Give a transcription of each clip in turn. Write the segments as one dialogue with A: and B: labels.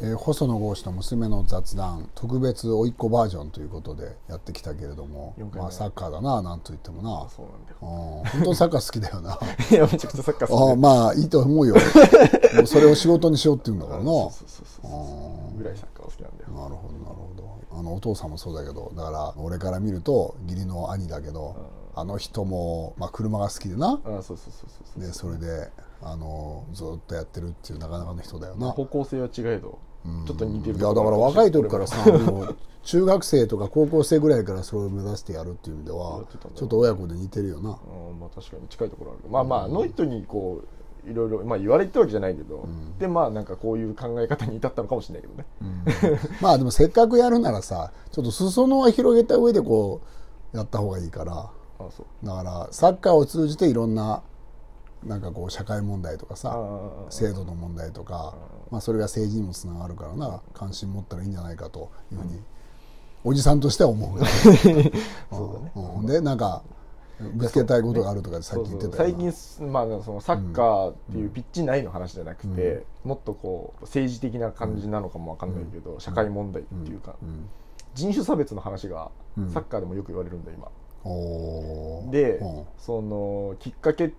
A: えー細野剛志と娘の雑談特別甥っ子バージョンということでやってきたけれども
B: 四、回目
A: まあ、サッカーだななんと言ってもな
B: そうなんだよ
A: うん本当にサッカー好きだよな
B: いやめちゃくちゃサッカー好き
A: あ
B: で
A: あまあいいと 思うよもうそれを仕事にしようって言うんだからななる
B: そ
A: ほ
B: うそうそうそうそうぐらいサッカーが好きなんだよ
A: どなるほどあのお父さんもそうだけどだから俺から見ると義理の兄だけどあの人も、まあ、車が好きでな
B: あそうそうそうそうそう
A: でそれであのずっとやってるっていうなかなかの人だよな
B: 方向性は違えどちょっと似てる
A: いやだから若い時から さもう中学生とか高校生ぐらいからそれを目指してやるっていう意味で
B: や
A: は
B: ってたんだ
A: ちょっと親子で似てるよな
B: うんまあ確かに近いところあるけどまあまああの人にこういろいろまあ言われてたわけじゃないけど、でまあなんかこういう考え方に至ったのかもしれないけどね、
A: まあでもせっかくやるならさちょっと裾野は広げた上でこうやった方がいいから
B: ああそう
A: だからサッカーを通じていろんななんかこう社会問題とか
B: ああ
A: さ
B: ああ
A: 制度の問題とか、まあ、それが政治にもつながるからな関心持ったらいいんじゃないかというふうに、おじさんとしては思 うよ
B: そう
A: うんうんでなんかぶつけたいことがあるとかさっき言って
B: そうそう
A: たよ
B: 最
A: な
B: 近すまあそのサッカーっていうピッチ内の話じゃなくて、もっとこう政治的な感じなのかもわかんないけど、社会問題っていうか、
A: ん
B: 人種差別の話がサッカーでもよく言われるんだ今、
A: おー
B: で、
A: うん
B: そのきっかけっ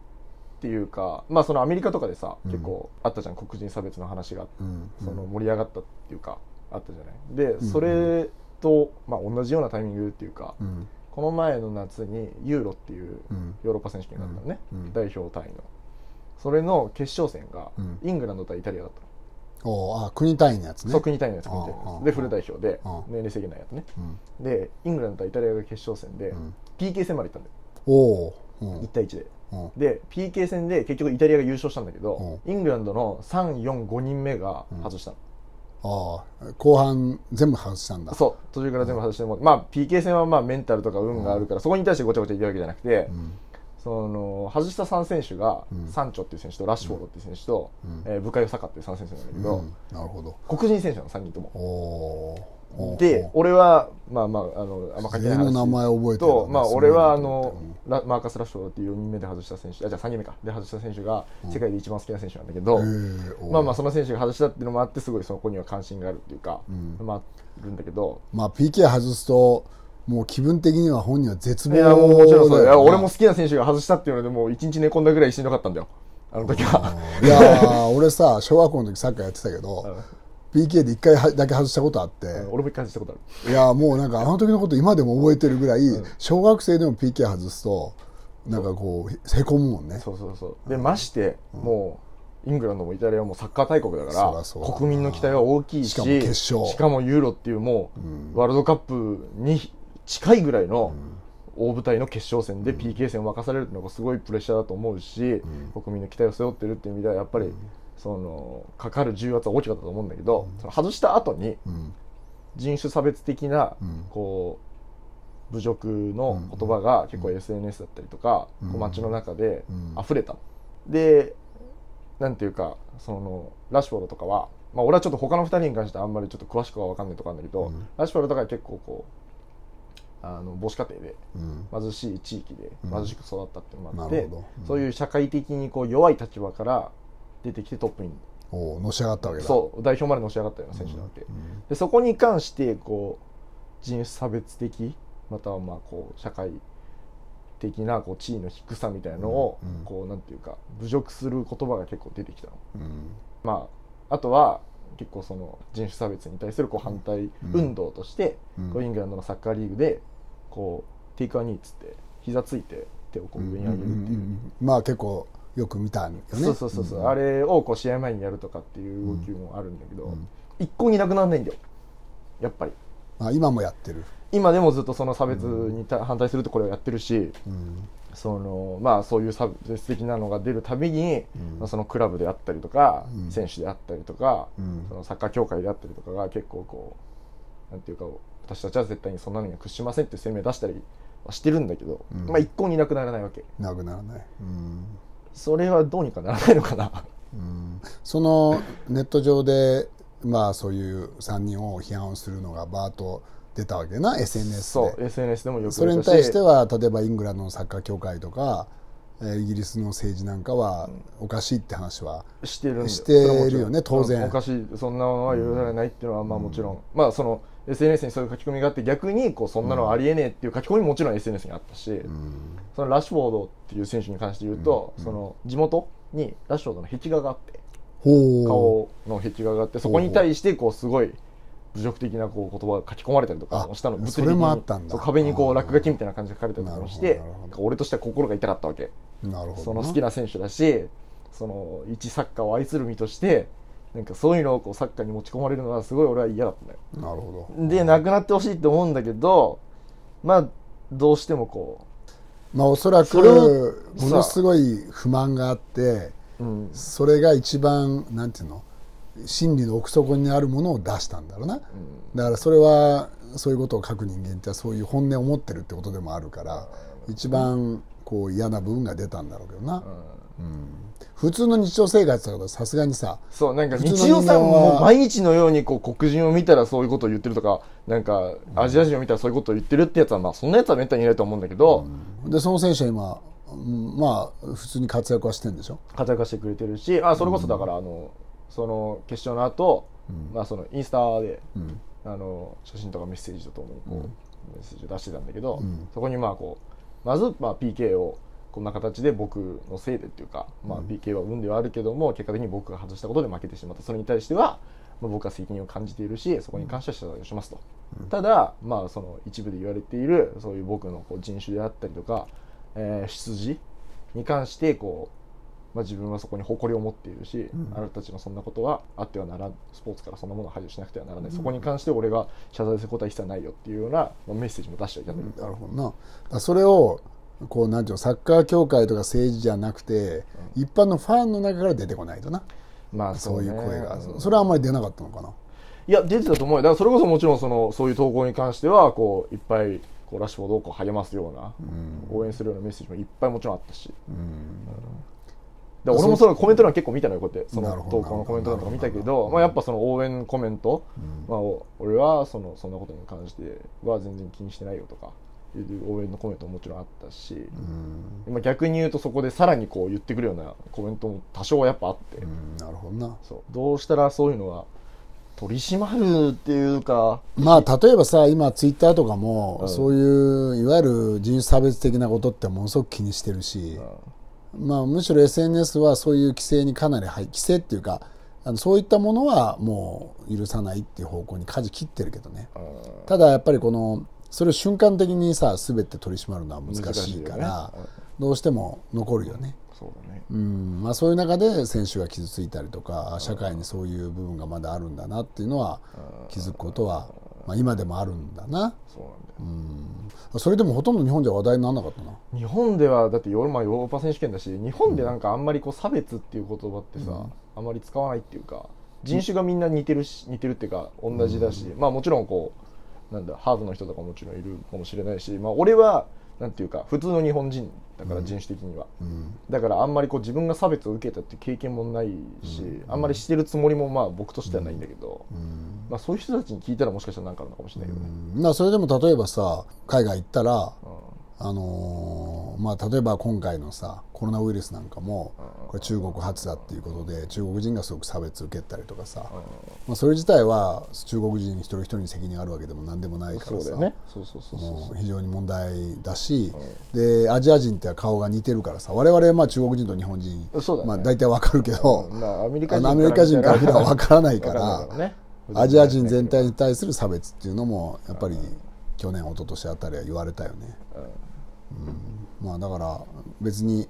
B: ていうかまあそのアメリカとかでさ、結構あったじゃん黒人差別の話があって
A: うん
B: その盛り上がったっていうかあったじゃないでそれと、まあ、同じようなタイミングっていうか、
A: うん
B: この前の夏にユーロっていう
A: うん
B: ヨーロッパ選手権があったのね、
A: うんうん
B: 代表単位のそれの決勝戦が
A: うん
B: イングランド対イタリアだったの、
A: おーあ国単位のやつね
B: 即国単位のやつ国単位
A: ああ
B: の
A: あ
B: や
A: あ
B: つでフル代表で
A: ああ
B: 年齢制限ないやつね
A: うん
B: でイングランド対イタリアが決勝戦で、
A: ん
B: PK 戦まで行ったんだよ
A: おーうん
B: 1対1で
A: うん
B: で PK 戦で結局イタリアが優勝したんだけど、
A: う
B: イングランドの345人目が外したの、
A: ああ後半全部外したんだ
B: そう途中から全部外しても、まあ PK 戦はまあメンタルとか運があるから、そこに対してごちゃごちゃ言うわけじゃなくて、
A: ん
B: その外した3選手が、
A: ん
B: サンチョっていう選手とラッシュフォードっていう選手と、えーブカヨサカっていう3選手なんだけ
A: う
B: ど、
A: んなるほど
B: 黒人選手なの3人とも。
A: おーおー
B: で俺はまあまああのあんま関係
A: 全
B: な
A: 員
B: い話
A: の名前覚えてる
B: と、
A: な
B: まあ、
A: すごい
B: 俺はあ
A: なと思っ
B: の
A: てうん
B: ラマーカス・ラッシュフォードっていう4人目で外した選手あじゃあ3人目かで外した選手が世界で一番好きな選手なんだけど、
A: えーおー
B: まあまあその選手が外したっていうのもあってすごいそこには関心があるっていうか、まああるんだけど
A: まあ PK 外すともう気分的には本人は絶
B: い
A: 望
B: やもうもちろんそうだ
A: だ
B: よ
A: よな
B: 俺も好きな選手が外したっていうのでもう一日寝込んだぐらいしんどかったんだよあの時は
A: いやー俺さ小学校の時サッカーやってたけど PK で1回はだけ外したことあって、
B: 俺も一回外したことある
A: いやもうなんかあの時のこと今でも覚えてるぐらい、小学生でも PK 外すとなんかこうへこむもんね
B: そうそうそうでまして、もうイングランドもイタリアもサッカー大国だ
A: そ
B: から
A: らそうだな
B: 国民の期待は大きいし
A: しかも決勝
B: しかもユーロっていうもう、ワールドカップに近いぐらいの大舞台の決勝戦で PK 戦を任されるのがすごいプレッシャーだと思うし、国民の期待を背負ってるっていう意味ではやっぱり、そのかかる重圧は大きかったと思うんだけど、その外した後に
A: ん
B: 人種差別的な、
A: ん
B: こう侮辱の言葉が結構 SNS だったりとか、こう街の中で溢れたの、でなんていうかそのラッシュフォードとかは、まあ、俺はちょっと他の2人に関してあんまりちょっと詳しくは分かんないとかあるんだけど、ラッシュフォードとかは結構こうあの母子家庭で
A: うん
B: 貧しい地域で貧しく育ったっていうのもあっ
A: な
B: て、
A: るほどう
B: そういう社会的にこう弱い立場から出てきてトップに
A: おうのし上がったわけだ
B: そう代表までのし上がったような選手なわけ、でそこに関してこう人種差別的またはまあこう社会的なこう地位の低さみたいなのを
A: うんうん
B: こうなんていうか侮辱する言葉が結構出てきたの、
A: うん
B: まあ、あとは結構その人種差別に対するこう反対運動として、
A: うん
B: こうイングランドのサッカーリーグでこうテイクアニーっつって膝ついて手をこう上に上げるっていう。
A: まあ結構よく見たんよね
B: そうそうそうそう、あれをこう試合前にやるとかっていう動きもあるんだけど、一向になくならないんだよやっぱり
A: まあ、今もやってる、
B: 今でもずっとその差別にた反対するとこれをやってるし、
A: うん
B: そのまあ、そういう差別的なのが出るたびに、まあそのクラブであったりとか、
A: うん
B: 選手であったりとか、
A: うん
B: そのサッカー協会であったりとかが結構こうなんていうか私たちは絶対にそんなのには屈しませんっていう声明出したりはしてるんだけど、
A: うん
B: まあ、一向になくならないわけ
A: なくならない、うん
B: それはどうにかならないのかな
A: うんそのネット上で、まあ、そういう3人を批判をするのがバーッと出たわけな SNS で
B: そう SNS でもよく
A: それに対しては例えばイングランドのサッカー協会とかえーイギリスの政治なんかはおかしいって話は、
B: してるんだよ
A: してるよね
B: それはもちろ
A: 当
B: ん
A: 然
B: うんおかしいそんなのは許されないっていうのはまあもちろん、まあその SNS にそういう書き込みがあって逆にこうそんなのはありえねえっていう書き込みももちろん SNS にあったし、
A: うん
B: そのラッシュフォードっていう選手に関して言うと、その地元にラッシュフォードの壁画があって
A: ほう
B: 顔の壁画があってそこに対してこうすごい侮辱的なこう言葉が書き込まれたりとかもしたの
A: あ
B: 物理
A: それもあったんだ
B: そう壁にこ
A: あ
B: う
A: ー
B: 落書きみたいな感じで書かれたりとかもして
A: なるほどなるほど
B: なんか俺としては心が痛かったわけ
A: なるほど
B: その好きな選手だしその一サッカーを愛する身としてなんかそういうのをこうサッカーに持ち込まれるのはすごい俺は嫌だったの
A: な
B: よ
A: るほど
B: でなくなってほしいと思うんだけどまあどうしてもこ
A: まあおそらく
B: それをさ
A: ものすごい不満があって
B: う、うん、
A: それが一番なんていうの心理の奥底にあるものを出したんだろうな、だからそれはそういうことを書く人間ってそういう本音を持ってるってことでもあるから一番こう嫌な部分が出たんだろうけどな、うん普通の日常生活だからさすがにさ
B: そうなんか
A: 普通の
B: 日曜
A: 人
B: さん
A: 間は
B: もう毎日のようにこう黒人を見たらそういうことを言ってるとかなんかアジア人を見たらそういうことを言ってるってやつはまあそんなやつはめったにいないと思うんだけど、
A: でその選手は今うんまあ普通に活躍はしてんでしょ
B: 活躍してくれてるしあそれこそだからあの、その決勝の後、まあそのインスタで、あの写真とかメッセージとともにこう、メッセージを出してたんだけど、そこにまあこうまずまあ PK をこんな形で僕のせいでっていうか、まあ、PK は運ではあるけども結果的に僕が外したことで負けてしまったそれに対しては、まあ、僕は責任を感じているしそこに感謝謝罪をしますと、ただ、まあ、その一部で言われているそういう僕のこう人種であったりとか、えー出自に関してこうまあ、自分はそこに誇りを持っているし、あなたたちのそんなことはあってはならんスポーツからそんなものを排除しなくてはならない、そこに関して俺が謝罪することは一切ないよっていうような、まあ、メッセージも出してはいたんだけど、
A: なるほどなだからそれをこうなんていうのサッカー協会とか政治じゃなくて、一般のファンの中から出てこないとな
B: まあ
A: そういう声が、
B: そうね
A: それはあんまり出なかったのかな、
B: いや出てたと思うよだからそれこそもちろんそのそういう投稿に関してはこういっぱいこうラッシュフォードをこう励ますような、応援するようなメッセージもいっぱいもちろんあったし、で俺もそのコメント欄結構見たのよこうやってその
A: なるほど
B: 投稿のコメント欄とか見たけど、まあ、やっぱその応援コメント、まあ、お俺はそのそんなことに関しては全然気にしてないよとかいう応援のコメントももちろんあったし、まあ逆に言うとそこでさらにこう言ってくるようなコメントも多少はやっぱあって、
A: うん、なるほどな
B: そうどうしたらそういうのは取り締まるっていうか
A: まあ例えばさ今ツイッターとかも、そういういわゆる人種差別的なことってものすごく気にしてるし、まあ、むしろ SNS はそういう規制にかなり入規制っていうかあのそういったものはもう許さないっていう方向に舵切ってるけどね、ただやっぱりこのそれを瞬間的にさ全て取り締まるのは難しいから
B: 難しいよね
A: どうしても残るよね、
B: そうだね
A: うんまあ、そういう中で選手が傷ついたりとか社会にそういう部分がまだあるんだなっていうのは気づくことは、まあ、今でもあるんだな
B: そうなんだよ
A: それでもほとんど日本じゃ話題にならなかったな
B: 日本ではだってヨーロ,、まあ、ヨーロッパ選手権だし日本でなんかあんまりこう差別っていう言葉ってさ、あんまり使わないっていうか人種がみんな似てるし似てるっていうか同じだし、まあもちろんこうなんだハーフの人とかもちろんいるかもしれないし、まあ、俺はなんていうか普通の日本人だから人種的には、だからあんまりこう自分が差別を受けたっていう経験もないし、あんまりしてるつもりもまあ僕としてはないんだけど、まあ、そういう人たちに聞いたらもしかしたらなんかあるのかもしれないよね、
A: まあ、それでも例えばさ海外行ったら、あのーまあ、例えば今回のさコロナウイルスなんかもこれ中国発だっていうことで中国人がすごく差別受けたりとかさ、まあ、それ自体は中国人一人一人に責任あるわけでも何でもないか
B: そ
A: ら
B: うだ
A: さ
B: よねそうそうそうそう
A: もう非常に問題だし、でアジア人って顔が似てるからさ我々はまあ中国人と日本人、
B: そうだね
A: まあ、大体わかるけど、
B: まあアメリカ
A: あ
B: 人
A: のアメリカ人から見たら
B: わ
A: わからないから
B: わんね
A: アジア人全体に対する差別っていうのもやっぱり去年一昨年あたりは言われたよね、うんまあだから別に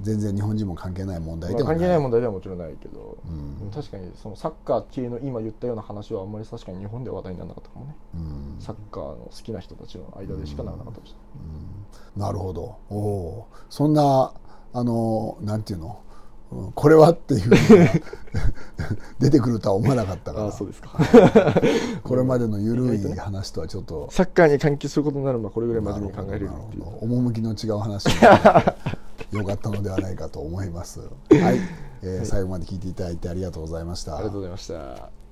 A: 全然日本人も関係ない問題
B: ま
A: で
B: あ
A: も
B: 関係
A: な
B: ない
A: い
B: 問題ではもちろんないけど、でも確かにそのサッカー系の今言ったような話はあんまり確かに日本では話題にならなかったかもね、サッカーの好きな人たちの間でしかならなかったかもしれな
A: な
B: い
A: るほどおおーそんなあのなんていうのうんこれはっていう のが出てくるとは思わなかったから
B: うですか
A: これまでの緩い話とはちょっと
B: サッカーに関係することになるばこれ ぐらい真面目に考えれる
A: なるほ
B: っていう
A: ど趣の違う話が良かったのではないかと思います。はい、えー最後まで聞いていただいてありがとうございました。
B: ありがとうございました